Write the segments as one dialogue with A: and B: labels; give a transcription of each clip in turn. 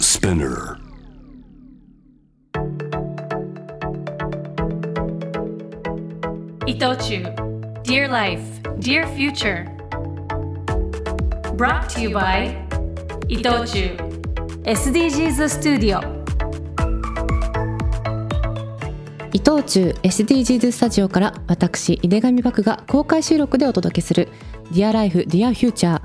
A: Spinner.
B: 伊藤忠 Dear Life, Dear Future Brought to you by 伊藤忠 SDGs Studio
C: 伊藤忠 SDGs スタジオから私井手上漠が公開収録でお届けする「DearLife DearFuture」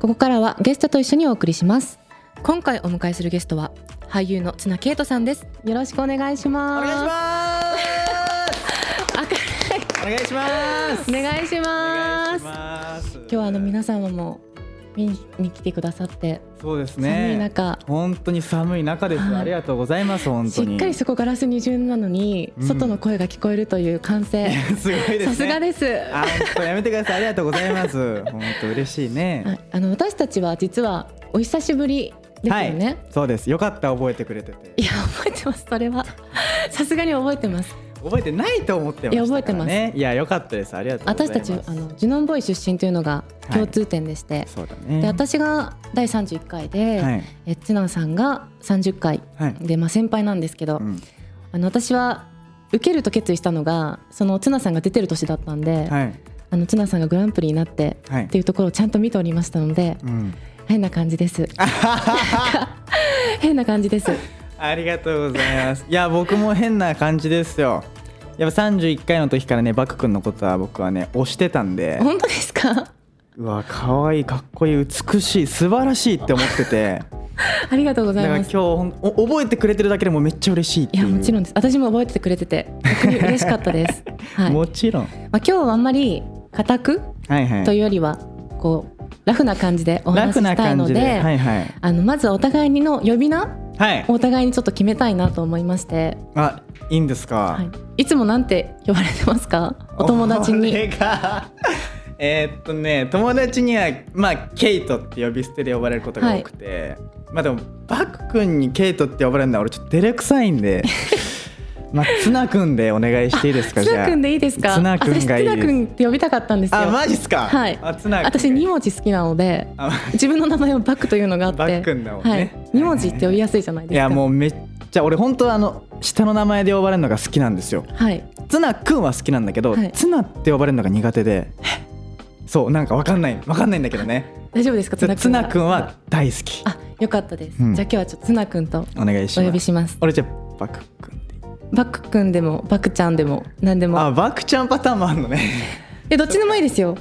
C: ここからはゲストと一緒にお送りします今回お迎えするゲストは俳優の綱啓斗さんですよろしくお願いし
D: お
C: ます
D: 願いします。お願いします。
C: お願いします今
D: ます。今
C: 日はあの皆様も見に見に来てくださって、
D: そうです
C: 寒い
D: ね。
C: 中
D: 本当に寒い中です。
C: はい
D: ありがとうございます。本
C: し
D: 当に。
C: っかりそこガラス二重なのに、
D: うん
C: 外の声が聞こえるという歓声
D: すごいですね。
C: さすがです
D: あ、本当やめてください。ありがとうござ います。本当嬉しい
C: は
D: ね。
C: い、あの私たちは実はお久しぶりですよね、い
D: そうです。よかった覚えてくれてて。
C: や覚えてますそれ はさすがに覚えてます
D: 覚えてないと思ってましたからね。
C: いや覚えて
D: ます。いや良かったです。ありがとうござい
C: 私
D: ま
C: た
D: す。
C: ちあのジュノンボーイ出身というのが
D: い
C: 共通点でして、
D: そうだね。
C: で私が第31回で、
D: はい
C: えチナンさんが30回
D: はい。
C: で、まあ、先輩なんですけど、
D: うん
C: あの私は受けると決意したのがそのチナさんが出てる年だったんで、
D: はい
C: あのチナさんがグランプリになって、
D: はい
C: っていうところをちゃんと見ておりましたので、
D: うん。
C: 変な感じです 変な感じです
D: ありがとうございます。いや、僕も変な感じですよ。やっぱ31回の時からね、バク君のことは僕はね、推してたんで、
C: 本当ですか
D: うわ、可愛いかっこいい、美しい、素晴らしいって思ってて、
C: ありがとうご
D: だ
C: ざ
D: か
C: いま
D: ら今
C: す
D: 日ほんお覚えてくれてるだけでもめっちゃ嬉しいって
C: い
D: いう。
C: やもちろんです私も覚えててくれてて逆に嬉しかった です、はいまあ、
D: もちろん。
C: 今日はあんまり固く
D: はいはい。
C: というよりはこうラフな感じでお話し
D: 楽な
C: したい
D: 感
C: の
D: じ
C: で
D: で。はいはい。
C: あのまずはお互いにの呼び名
D: はい
C: を。お互いにちょっと決めたいなと思いまして、
D: あ、いいんですか。
C: はい、いつもなんて呼ばれてますかお友 達に
D: 俺がえーっとね友達にはまあケイトって呼び捨てで呼ばれることが多くて、まあでもバク君にケイトって呼ばれるのは俺ちょっと照れくさい んでまあツナ君でお願いしていいですか
C: つ
D: じゃ
C: な
D: あ
C: くんでいいですか
D: ツナ君がいい
C: 私つなく
D: で
C: んって呼びたかったんです
D: す
C: よ
D: あマジっすか
C: はい
D: あツナ君
C: 私2文字好きなので
D: あま
C: 自分の名前をバックというのがあって
D: バックンだもんね
C: はい、2文字って呼びやすいじゃないです
D: い
C: か
D: やもうめっちゃ俺本当はあの下の名前で呼ばれるのが好きなんですよ
C: はい
D: ツナ君は好きなんだけど、
C: はい
D: ツナって呼ばれるのが苦手でそうなんかわかんないわかんないんだけどね
C: 大丈夫ですか
D: ツナ君
C: は
D: は大好き
C: あよかったです、
D: うん
C: じゃあ今日はちょっとツナくんと
D: お願い
C: お
D: し
C: 呼
D: ま
C: び
D: す
C: します
D: 俺じゃあバク君でいい
C: バックくんでもバックちゃんでも何でも
D: あバクちゃんパターンもあるの ね
C: えどっちでもいいですよ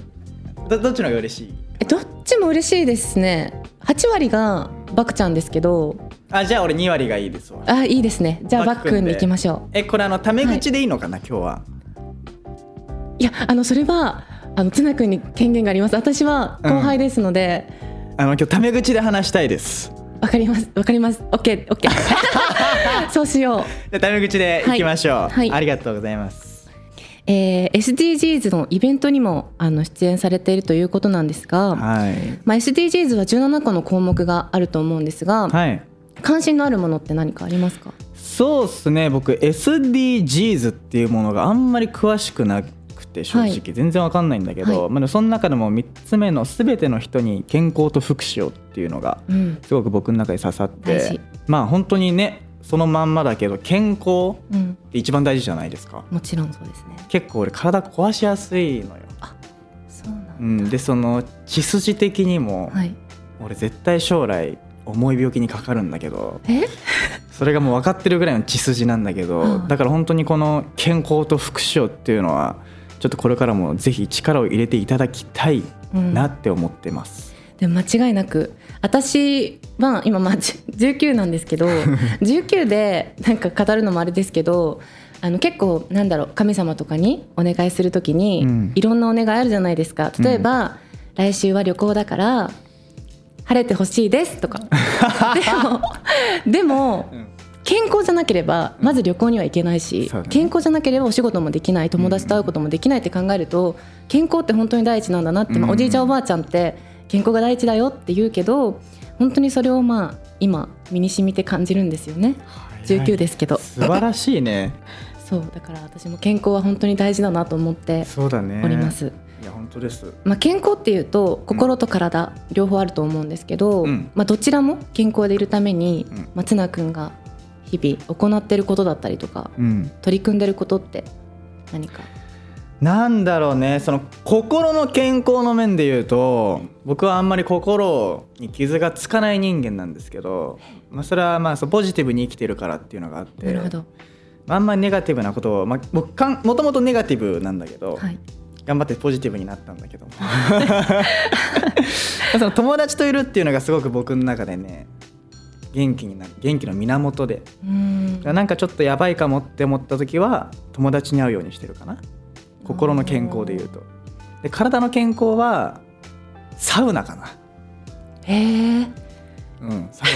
D: どどっちの方が嬉しい
C: えどっちも嬉しいですね8割がバクちゃんですけど
D: あじゃあ俺2割がいいですわ
C: あいいですねじゃあ
D: バ
C: バ
D: ッ
C: ック
D: クくんで
C: くんでいきましょ
D: えこれあのタメ口でいいのかな、今日は
C: ういやあのそれはあのツナくんに権限があります私は後輩ですので、
D: あの今日タメ口で話したいです
C: わかりますわかりますオッケーオッ ケーそうしよ
D: じゃあタメ口でいきましょう、
C: はいはい
D: ありがとうございます
C: う、えー、SDGs のイベントにもあの出演されているということなんですが、
D: はい
C: まあ、SDGs は17個の項目があると思うんですが、
D: はい
C: 関心のあるものって何かありますか
D: そうっすね僕 SDGs っていうものがあんまり詳しくなくて正
C: は
D: 直
C: い
D: 全然わかんないんだけど、
C: はい
D: まあでもその中でも3つ目の「すべての人に健康と福祉を」っていうのが
C: うん
D: すごく僕の中で刺さっ
C: 大
D: て
C: 事
D: まあ本当にねそのまんまだけど健康っ
C: うん
D: て一番大事じゃないですか
C: もちろんそうですね
D: 結構俺体壊しやすいのよ、
C: そうなんだ
D: うん、でその血筋的にも、
C: はい
D: 俺絶対将来重い病気にかかるんだけど
C: え
D: それがもう分かってるぐらいの血筋なんだけど、
C: はい
D: だから本当にこの健康と福祉をっていうのはちょっとこれからもぜひ力を入れていただきたい
C: うん
D: なって思ってます、
C: でも間違いなく私は今まあじゅ19なんですけ ど19でなんか語るのもあれですけどあの結構なんだろう神様とかにお願いするときに、
D: うん
C: いろんなお願いあるじゃないですか例えば、来週は旅行だから晴れてほしいですと かでもでも
D: うん
C: 健康じゃなければまず旅行には行けないし、
D: そうだね
C: 健康じゃなければお仕事もできない友達と会うこともできないって考えると健康って本当に第一なんだなって、まあ
D: うん
C: おじいちゃんおばあちゃんって健康が第一だよって言うけど本当にそれをまあ今身に染みて感じるんですよね19ですけど、
D: 素晴らしいね
C: そうだから私も健康は本当に大事だなと思って
D: そうだね
C: おります、
D: いや本当です
C: まあ、健康っていうと心と体両方あると思うんですけど、
D: うん
C: まあ、どちらも健康でいるために
D: うん
C: 松永くんが日々行ってることだったりとか
D: うん
C: 取り組んでることって何か
D: なんだろうねその心の健康の面で言うと僕はあんまり心に傷がつかない人間なんですけど、まあ、それはまあそうポジティブに生きてるからっていうのがあって
C: なるほど、
D: まああんまりネガティブなことを、まあ、僕かんもともとネガティブなんだけど、
C: はい、
D: 頑張ってポジティブになったんだけ ども その友達といるっていうのがすごく僕の中でね元気になる元気の源で
C: うーん
D: なんかちょっとやばいかもって思った時は友達に会うようにしてるかな心の健康でいうとで体の健康はサウナかな
C: へえ
D: うんサ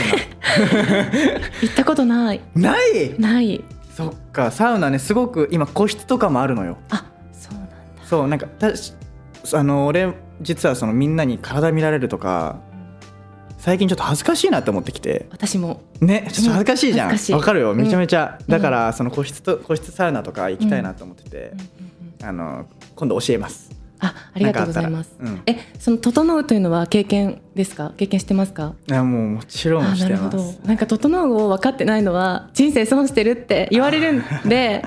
C: 行ったことない
D: ウ ナない
C: ない
D: そっかサウナねすごく今個室とかもあるのよ
C: あそうなんだ
D: そうなんかたしあの俺実はそのみんなに体見られるとか最近ちょっと恥ずかしいなって思ってきて
C: 私も
D: ねちょっと恥ずかしいじゃん
C: 恥ずかしい
D: わかるよめちゃめちゃ、
C: ん
D: だからその個室と個室サウナとか行きたいなと思ってて、あの今度教えます
C: あありがとうございます
D: なんかあったら
C: えその整うというのは経験ですか経験してますか
D: いやもうもちろん
C: あ
D: し
C: な
D: て
C: るほ
D: ま
C: ど
D: す
C: なんか整うを分かってないのは人生損してるって言われるん で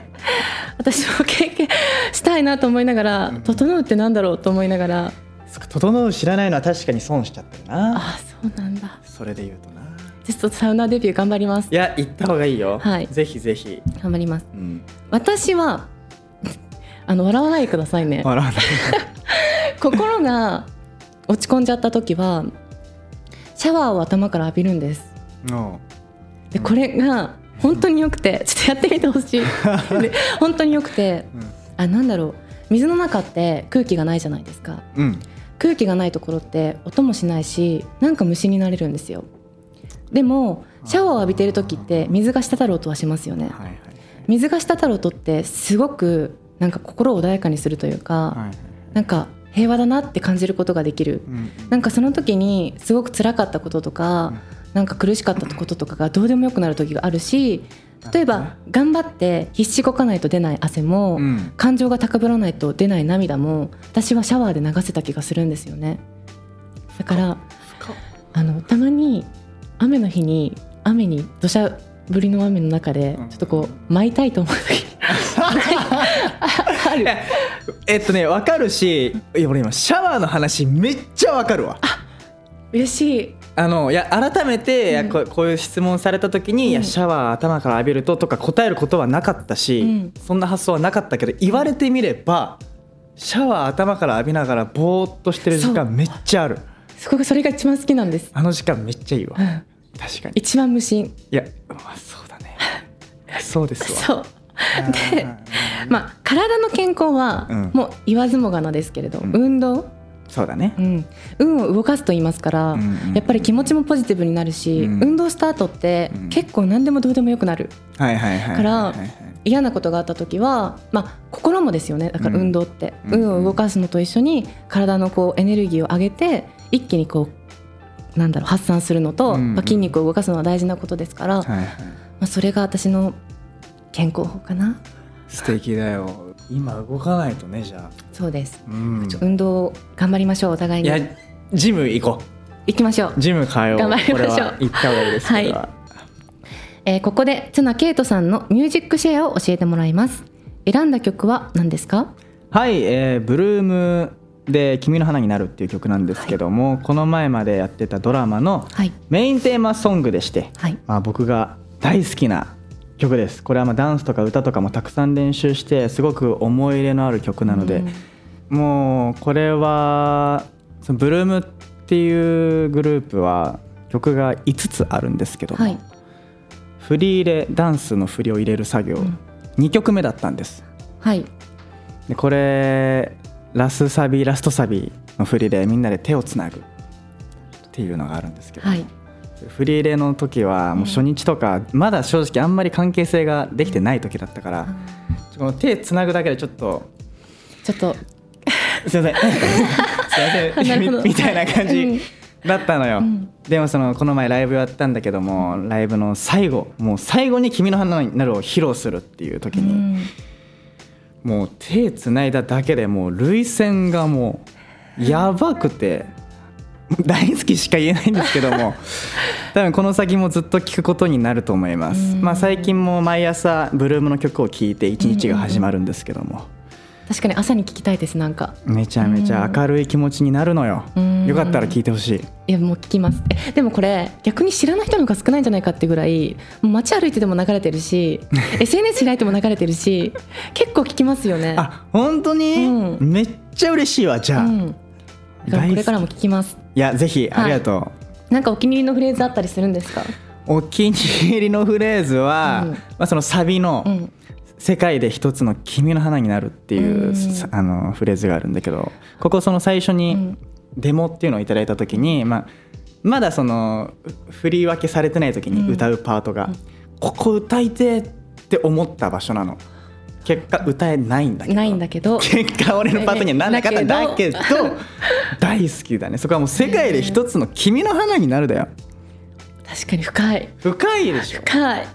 C: 私も経験したいなと思いながら、
D: うん
C: 整うってなんだろうと思いながら
D: そっか整う知らないのは確かに損しちゃってるな
C: あそうなんだ
D: それで言うとな
C: ちょっとサウナデビュー頑張ります
D: いや行った方がいいよ、
C: はい
D: ぜひぜひ、
C: 頑張ります
D: うん、
C: 私は あの笑わないでくださいね
D: 笑わない
C: 心が落ち込んじゃった時はシャワーを頭から浴びるんです
D: も
C: でこれが本当に良くてちょっとやってみてほ しいで本当に良くて
D: う
C: あなんだろう水の中って空気がないじゃないですか
D: うん、うん、
C: 空気がないところって音もしないしなんか虫になれるんですよでもシャワーを浴びてる時って水が滴る音はしますよね
D: はいはい
C: 水が滴る音ってすごくなんか心を穏やかにするというか、
D: はいはいはい
C: なんか平和だなって感じることができる
D: うん
C: なんかその時にすごく辛かったこととか、なんか苦しかったこととかがどうでもよくなる時があるし例えば頑張って必死こかないと出ない汗も、
D: うん
C: 感情が高ぶらないと出ない涙も私はシャワーで流せた気がするんですよねだからあのたまに雨の日に雨に土砂降りの雨の中で
D: うん
C: ちょっとこう舞いたいと思う時ある
D: えっとねわかるしいや俺今シャワーの話めっちゃわかるわ
C: 嬉しい
D: あのいや改めて、いや
C: うん
D: こうこういう質問された時に、
C: うん
D: いやシャワー頭から浴びるととか答えることはなかったし、
C: うん
D: そんな発想はなかったけど言われてみればシャワー頭から浴びながらぼーっとしてる時間
C: そう
D: めっちゃある
C: そこがそれが一番好きなんです、
D: あの時間めっちゃいいわ
C: うん
D: 確かに
C: 一番無心
D: いや、まあ、そうだ ねいやそうです
C: そう
D: わで
C: まあ体の健康は
D: うん
C: もう言わずもがなですけれど、
D: うん
C: 運動、
D: そうだね
C: う、ん、運を動かすと言いますから、
D: うんうん
C: やっぱり気持ちもポジティブになるし、
D: うん
C: 運動した後って
D: うん
C: 結構何でもどうでもよくなる
D: はいはいはいはい
C: から
D: はいはい
C: 嫌なことがあった時は、まあ、心もですよねだから
D: うん
C: 運動って、
D: うんうん
C: 運を動かすのと一緒に体のこうエネルギーを上げて一気にこうなんだろう発散するのと、
D: うんうん
C: まあ、筋肉を動かすのは大事なことですから、ま
D: はいはい
C: あ、それが私の健康法かな
D: 素敵だよ今動かないとねじゃ
C: そうです
D: あ、うん、
C: 運動頑張りましょうお互い
D: い
C: に
D: やジム行こう
C: 行きましょう
D: ジム通う。
C: 頑張りましょう
D: これは行った方がいいです。
C: はい
D: これは
C: えーここでツナケイトさんのミュージックシェアを教えてもらいます選んだ曲は何ですか
D: はい、えーブルームで君の花になるっていう曲なんですけども、この前までやってたドラマの
C: はい
D: メインテーマソングでして、
C: はい
D: まあ僕が大好きな曲です。これはまあダンスとか歌とかもたくさん練習して、すごく思い入れのある曲なので、もうこれはそのブルームっていうグループは曲が5つあるんですけども、
C: はい
D: 振り入れダンスの振りを入れる作業、
C: ん
D: 2曲目だったんです
C: はい
D: でこれラスサビラストサビの振りでみんなで手をつなぐっていうのがあるんですけど、
C: はい
D: 振り入れの時はもう初日とか、まだ正直あんまり関係性ができてない時だったから、この手つなぐだけでちょっと
C: ちょっと
D: すいませんすいま
C: な
D: せん
C: るほど
D: みみたいな感
C: うん
D: じだったのよ、
C: ん
D: でもそのこの前ライブやったんだけどもライブの最後もう最後に「君の花になる」を披露するっていう時
C: う
D: に、
C: ん
D: もう手つないだだけでもう涙腺がもうやばくて大好きしか言えないんですけど も多分この先もずっと聞くことになると思います、
C: うん
D: まあ、最近も毎朝ブルームの曲を聴いて一日が始まるんですけども、
C: 確かに朝に聞きたいですなんか
D: めちゃめちゃ明るい気持ちになるのよ、
C: うん
D: よかったら聴いてほしい
C: いやもう聞きますえでもこれ逆に知らない人の方が少ないんじゃないかってぐらいもう街歩いてても流れてる し SNS 開いても流れてるし結構聞きますよね
D: あ本当に、
C: う
D: めっちゃ嬉しいわじ
C: う
D: ゃあ、い
C: ん、だからこれからも聞きます
D: やぜひありがとう、
C: なんかお気に入りのフレーズあったりするんですか
D: お気に入りのフレーズは、
C: うん
D: まあ、そのサビの、
C: うん
D: 世界で一つの君の花になるっていう、
C: うん
D: さあのフレーズがあるんだけどここその最初
C: う
D: に
C: ん
D: デモっていうのをいただいた時に、まあ、まだそのう振り分けされてない時に歌うパートが、ここ歌いてえって思った場所なの結果歌えないんだけど
C: ないんだけど
D: 結果俺のパートにはなんなかったんだけど大好きだねそこはもう世界で一つの君の花になるだよ
C: 確かに深い
D: 深いでしょ
C: 深い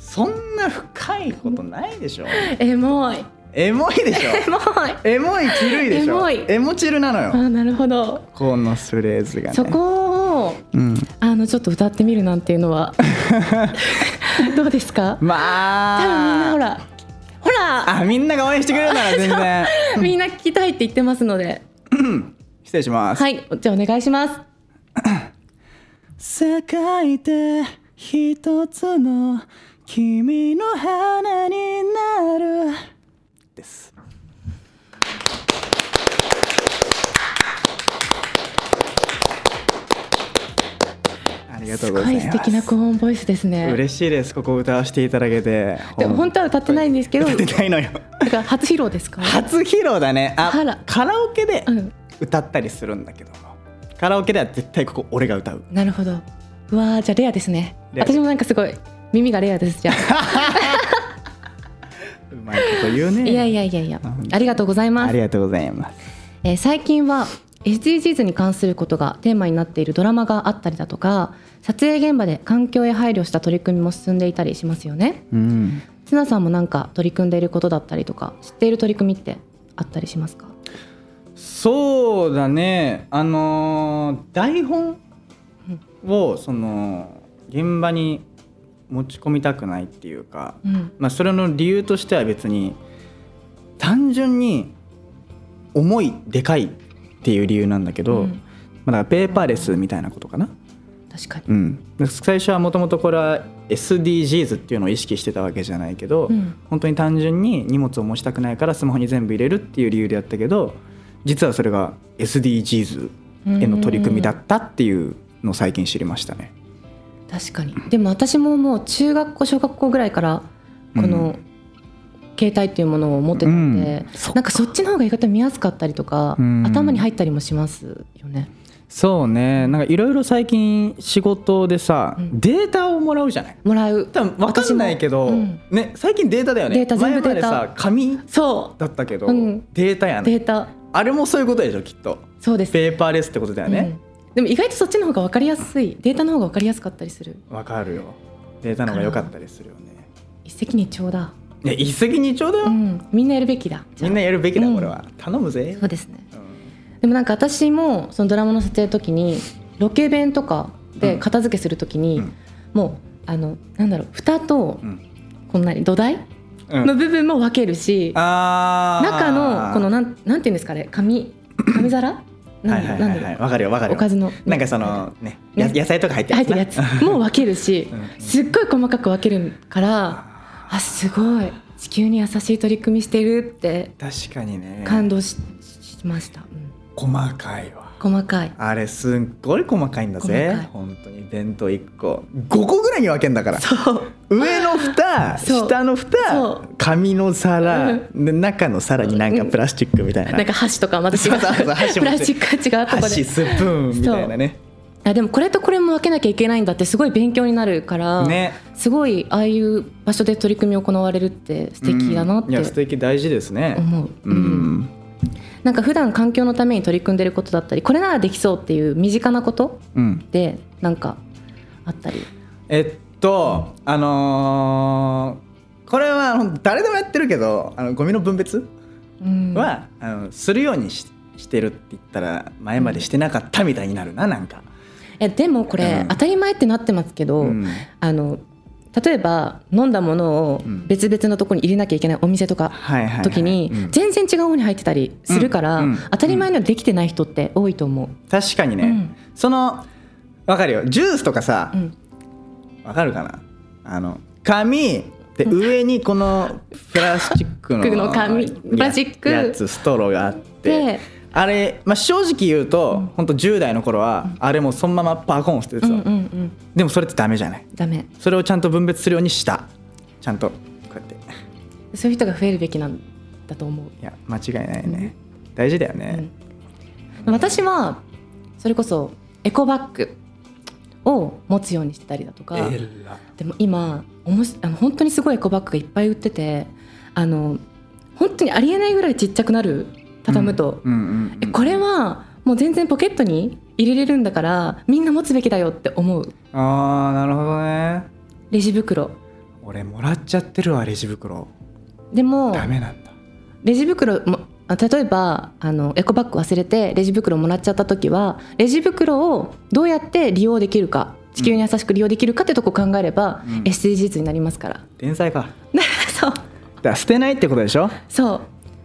D: そんな深いことないでしょ
C: エモい
D: エモいでしょ
C: エモい
D: エモいチルいでしょ
C: エモい
D: チルなの
C: あ
D: よ
C: ーなるほど
D: このフレーズがね
C: そこを
D: うん、
C: あのちょっと歌ってみるなんていうの はどうですか多分みんなほ
D: まあ
C: らほら
D: あみんなが応援してくれるなら全然
C: みんな聞きたいって言ってますので
D: 失礼します、
C: はいじゃあお願いします
D: 世界で一つの君の花になるですありがと
C: す
D: うご
C: ご
D: ざい
C: い
D: ます
C: 素敵な高音ボイスですね
D: 嬉しいですここ歌わせていただけて
C: でも本当は歌ってないんですけど
D: 歌ってないのよ
C: だから初披露ですか
D: 初披露だねあ
C: あら
D: カラオケで
C: うん
D: 歌ったりするんだけども、カラオケでは絶対ここ俺が歌う
C: なるほどうわーじゃあレアですね
D: レアです
C: 私もなんかすごい耳がレアですじゃあ
D: うまいこと言うね
C: いやいやいやいや
D: うん
C: ありがとうございま
D: あ
C: す
D: りがとうございます
C: えー最近は SDGs に関することがテーマになっているドラマがあったりだとか撮影現場で環境へ配慮した取り組みも進んでいたりしますよね
D: うん
C: ツナさんもなんか取り組んでいることだったりとか知っている取り組みってあったりしますか
D: そうだねあのー台本をその現場に持ち込みたくないっていうか、
C: うん
D: まあ、それの理由としては別に単純に重いでかいっていう理由なんだけ
C: う
D: ど、
C: ん
D: まあ、だからペーパーレスみたいなことかな、
C: 確かに
D: うん、で最初はもともとこれは SDGs っていうのを意識してたわけじゃないけど、
C: うん
D: 本当に単純に荷物を持ちたくないからスマホに全部入れるっていう理由でやったけど実はそれが SDGs への取り組みだったっていうのを最近知りましたね。
C: 確かにでも私ももう中学校小学校ぐらいからこの携帯っていうものを持ってたんで、
D: うんそっか
C: なんかそっちの方が意外と見やすかったりとか、
D: うん
C: 頭に入ったりもしますよね
D: そうねなんかいろいろ最近仕事でさ、
C: うん
D: データをもらうじゃない
C: もらう
D: 多分分かんないけど、
C: 私もうん
D: ね、最近データだよね
C: データ全部
D: 前まで
C: データ
D: さ紙
C: そ
D: だったけど、
C: うん
D: データや
C: う
D: ね
C: データ
D: あれもそういうことでしょきっと
C: そうです
D: ペーパーレスってことだよね、
C: うんでも意外とそっちの方が分かりやすいデータの方が分かりやすかったりする
D: わかるよデータの方が良かったりするよね
C: 一石二鳥だ、
D: いや一石二鳥だよ、
C: うん、みんなやるべきだじゃ
D: み
C: あ
D: んなやるべきだ
C: うん
D: これは、頼むぜ
C: そうですね
D: うん
C: でもなんか私もそのドラマの撮影の時にロケ弁とかで片付けする時に、
D: うん
C: もうあのなんだろう蓋と
D: うん
C: こんなに土台
D: うん
C: の部分も分けるし、
D: あー
C: 中のこのなんなんていうんですかね紙紙皿な
D: は
C: ん
D: い
C: だ
D: は
C: ろうなん
D: いは
C: だ
D: い
C: ろう
D: はいわかるよわかる
C: お
D: よ
C: かずの
D: なんかそのねや野菜とか入ってる
C: 入ってるや つも分けるし
D: うん
C: すっごい細かく分けるからあすごい地球に優しい取り組みしてるって
D: な確かにね
C: 感動ししました、うん
D: 細かいわ
C: 細かい
D: あれすっごい細かいんだぜ
C: 細かい
D: 本当に弁当1個5個ぐらいに分けんだから
C: そう
D: 上の蓋
C: そう
D: 下の
C: そ
D: 蓋
C: う
D: 紙の皿、
C: う
D: で中の皿になんかプラスチックみたいな,、
C: なんか箸とかまた違
D: そううそうそう箸
C: プ
D: も
C: ラスチックは違うとこ
D: 箸
C: で
D: スプーンみたいなね
C: あでもこれとこれも分けなきゃいけないんだってすごい勉強になるから、
D: ね
C: すごいああいう場所で取り組み行われるって素敵だなっ
D: うんいや
C: て
D: 素敵大事ですね
C: 思う、
D: うん、
C: なんか普段環境のために取り組んでることだったりこれならできそうっていう身近なこと
D: うん
C: でなんかあったり
D: えっとあのーこれはあの誰でもやってるけどあのゴミの分別
C: うん
D: は、あのするようにししてるって言ったら前までしてなかったみたいになるななんか。
C: いやでもこれ、
D: うん
C: 当たり前ってなってますけど、
D: うん
C: あの例えば飲んだものを
D: うん
C: 別々のところに入れなきゃいけないお店とか
D: はいはいはい
C: 時に
D: うん
C: 全然違う方に入ってたりするから、
D: うんうん
C: 当たり前のできてない人って多いと思う。
D: 確かにね、
C: うん
D: そのわかるよジュースとかさ
C: うん
D: わかるかなあの紙で上に このプラスチック
C: 服
D: の
C: の紙
D: や
C: プラスチック
D: やつストローがあって
C: で
D: あれ、まあ、正直言うと、
C: うん
D: ほんと10代の頃はあれもうそのままパコン捨てて
C: う
D: た
C: ん
D: の、
C: うんうん
D: でもそれってダメじゃない
C: ダメ
D: それをちゃんと分別するようにしたちゃんとこうやって
C: そういう人が増えるべきなんだと思う。
D: いや間違いないね、大事だよね、
C: うん私はそれこそエコバッグを持つようにしてたりだとか、でも今おもしあの本当にすごいエコバッグがいっぱい売っててあの本当にありえないぐらいちっちゃくなる畳むと、
D: うんうんうん
C: えこれはもう全然ポケットに入れれるんだからみんな持つべきだよって思う
D: ああなるほどね
C: レジ袋
D: 俺もらっちゃってるわレジ袋
C: でも
D: ダメなんだ
C: レジ袋もあ例えばあのエコバッグ忘れてレジ袋もらっちゃった時はレジ袋をどうやって利用できるか地球に優しく利用できるかってとこ考えれば、
D: うん
C: SDGs になりますから
D: 天才か
C: そう
D: だから捨てないってことでしょ
C: そう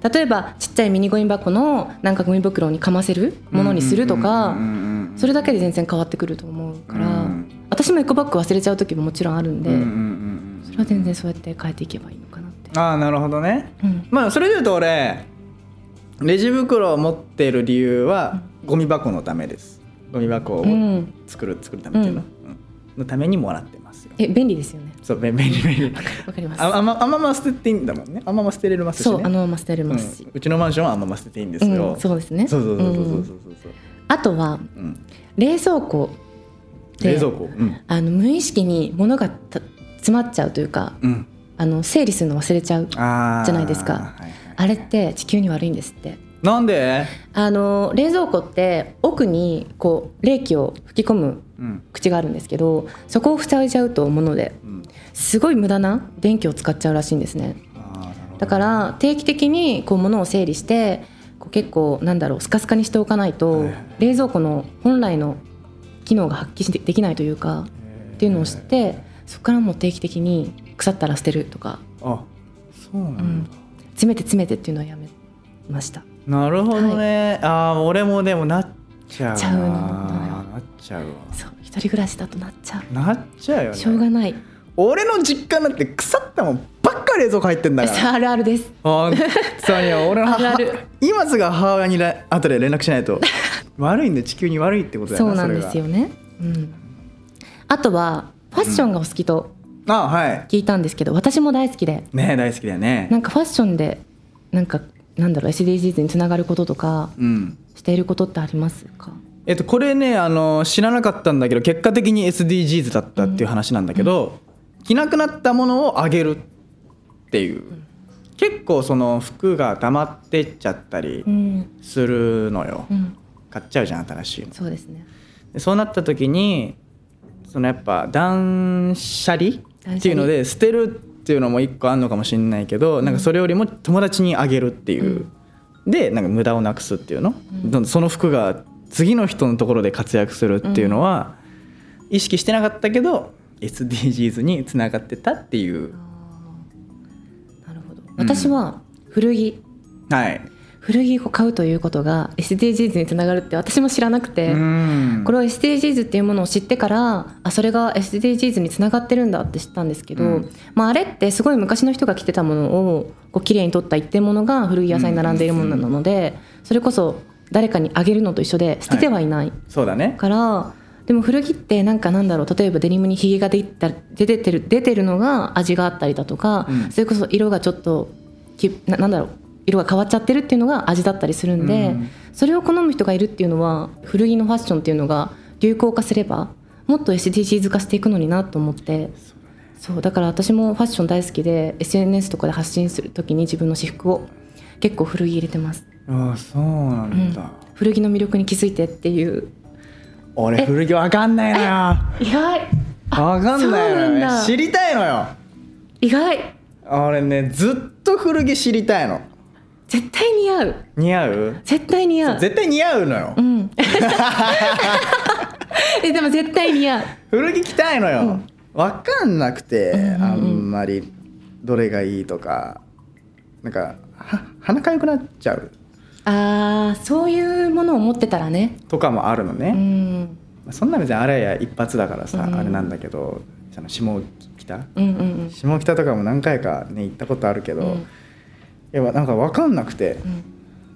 C: 例えばちっちゃいミニゴミ箱のなんかゴミ袋にかませるものにすると
D: うん
C: か
D: うんうんうん
C: それだけで全然変わってくると思うから、
D: うん
C: 私もエコバッグ忘れちゃう時ももちろんあるんで、
D: うんうんうんうん
C: それは全然そうやって変えていけばいいのかなって。
D: ああなるほどね
C: うん
D: まあそれで言うと俺レジ袋を持っている理由はゴミ箱のためですゴミ箱
C: う
D: を
C: ん、
D: 作る作るためっていうの、うんのためにもらってますよ
C: え便利ですよね。
D: そう便利便利
C: わかります。
D: ああんまあんまま捨てていいんだもんねあんまま捨てれますしね
C: そう、あのまま捨てれますし
D: うん、。うちのマンションはあんまま捨てていいんです
C: う
D: よ、
C: ん、そうですね。
D: そうそうそうそう
C: うん
D: そうそうそう
C: あとは
D: うん
C: 冷蔵庫で
D: 冷蔵庫うん
C: あの無意識に物がた詰まっちゃうというか、
D: うん
C: あの整理するの忘れちゃう。
D: あー
C: じゃないですか
D: はいはい
C: あれって地球に悪いんですって。
D: なんで、
C: あの冷蔵庫って奥にこう冷気を吹き込む
D: うん
C: 口があるんですけど、そこを塞いじゃうと物で
D: うん、
C: すごい無駄な電気を使っちゃうらしいんですね。
D: あーなるほど
C: だから定期的にこう物を整理してこう結構なんだろうスカスカにしておかないと
D: はいはい
C: 冷蔵庫の本来の機能が発揮してできないというかっていうのを知ってそこからもう定期的に腐ったら捨てるとか
D: あそうなんだ、
C: うん詰めて詰めてっていうのはやめました
D: なるほどね、あー俺もでもなっちゃうな
C: ちゃうの
D: なっちゃうわ
C: そう一人暮らしだとなっちゃう
D: なっちゃうよね
C: しょうがない
D: 俺の実家なんて腐ったもんばっか冷蔵庫入ってん だから
C: あるあるです
D: 本当に俺の母
C: あるある
D: 今すぐ母親にら後で連絡しない と悪いんで地球に悪いってことだよ
C: そうな
D: なそ
C: ん
D: れ
C: で
D: が
C: すよねうんあとはファッションがお好きと
D: あはい
C: 聞いたんですけど私も大好きで
D: ね大好きだよね
C: なんかファッションでなんかなんだろう SDGs につながることとか
D: うん
C: していることってありますか
D: えっと、これねあの知らなかったんだけど結果的に SDGs だったっていう話なんだけど、着なくなったものをあげるっていう、結構その服が溜まってっちゃったり
C: うん、
D: するのよ、
C: うん、
D: 買っちゃうじゃん新しいの
C: そうですね
D: でそうなった時にそのやっぱ断捨離
C: 離
D: っていうので捨てるっていうのも一個あんのかもしれないけど、なんかそれよりも友達にあげるっていう、でなんか無駄をなくすっていうの、どんその服が次の人のところで活躍するっていうのは、意識してなかったけど SDGs につながってたっていう、
C: なるほど私は古着、
D: はい、
C: 古着を買うということが SDGs につながるって私も知らなくて、
D: うん
C: これを SDGs っていうものを知ってからあそれが SDGs につながってるんだって知ったんですけど、
D: うん
C: まあ、あれってすごい昔の人が着てたものをこう綺麗に取った一点ものが古着屋さんに並んでいるものなので、それこそ誰かにあげるのと一緒で捨ててはいない、
D: そうだね
C: からでも古着ってなんかなんだろう例えばデニムにひげが出た出てる出てるのが味があったりだとか、
D: うん
C: それこそ色がちょっときななんだろう色が変わっちゃってるっていうのが味だったりするんで、
D: うん
C: それを好む人がいるっていうのは古着のファッションっていうのが流行化すればもっと SDGs 化していくのになと思ってそうだから私もファッション大好きで SNS とかで発信するときに自分の私服を結構古着入れてます、
D: ああそうなんだ、
C: 古着の魅力に気づいてっていう
D: 俺古着わかんないのよ
C: 意外
D: わかんない
C: そう
D: の
C: なん
D: よ
C: だ
D: 知りたいのよ
C: 意外
D: 俺ねずっと古着知りたいの
C: 絶対似合う
D: 似合う
C: 絶対似合う
D: 絶対似合うのよ、
C: うん えでも絶対似合う
D: 古着着たいのよ、分かんなくて、
C: うんうんうん
D: あんまりどれがいいとかなんかは鼻かゆくなっちゃう
C: あーそういうものを持ってたらね
D: とかもあるの
C: う
D: ね、
C: ん
D: そんな別にあれや一発だからさ、
C: うん
D: あれなんだけどその下北
C: うんうんうん
D: 下北とかも何回かね行ったことあるけど、
C: うん
D: やっぱなんか分かんなくて
C: うん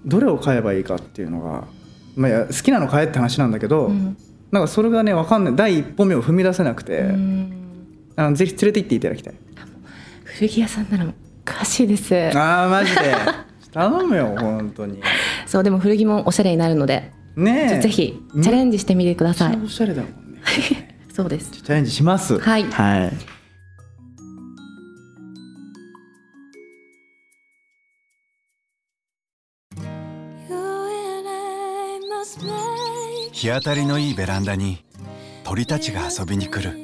D: どれを買えばいいかっていうのが、まあいや、好きなの買えって話なんだけど、
C: うん
D: なんかそれがね分かんない第一歩目を踏み出せなくて、
C: うん
D: あのぜひ連れて行っていただきたい
C: 古着屋さんならおかしいです
D: あーマジ で頼むよ本当に
C: そうでも古着もおしゃれになるのでちょ
D: ね
C: っ
D: え
C: とぜひチャレンジしてみてくださ
D: め
C: い
D: っちゃおしゃれだもんね
C: そうです
D: チャレンジします
C: はい
D: はい、
A: 日当たりのいいベランダに鳥たちが遊びに来る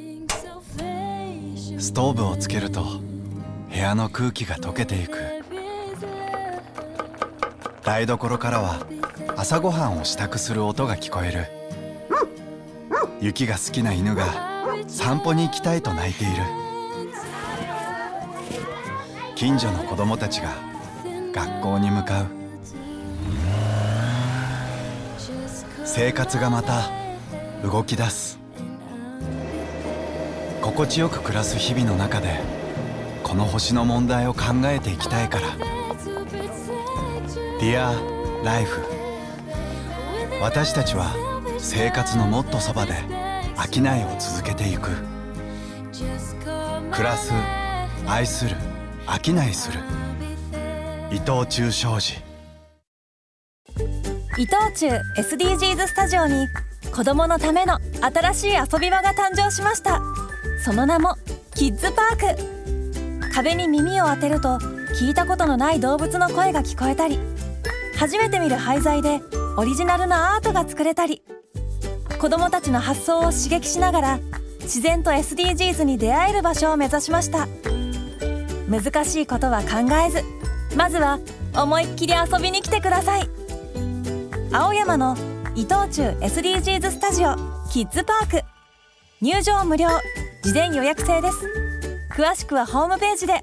A: ストーブをつけると部屋の空気が溶けていく台所からは朝ごはんを支度する音が聞こえる雪が好きな犬が散歩に行きたいと泣いている近所の子供たちが学校に向かう生活がまた動き出す心地よく暮らす日々の中でこの星の問題を考えていきたいから「Dear Life」私たちは生活のもっとそばで商いを続けていく暮らす愛する商いする伊藤忠商事
E: 伊藤忠 SDGs スタジオに子どものための新しい遊び場が誕生しましたその名もキッズパーク壁に耳を当てると聞いたことのない動物の声が聞こえたり初めて見る廃材でオリジナルのアートが作れたり子どもたちの発想を刺激しながら自然と SDGs に出会える場所を目指しました難しいことは考えずまずは思いっきり遊びに来てください青山の伊藤忠 SDGs スタジオキッズパーク入場無料事前予約制です詳しくはホームページで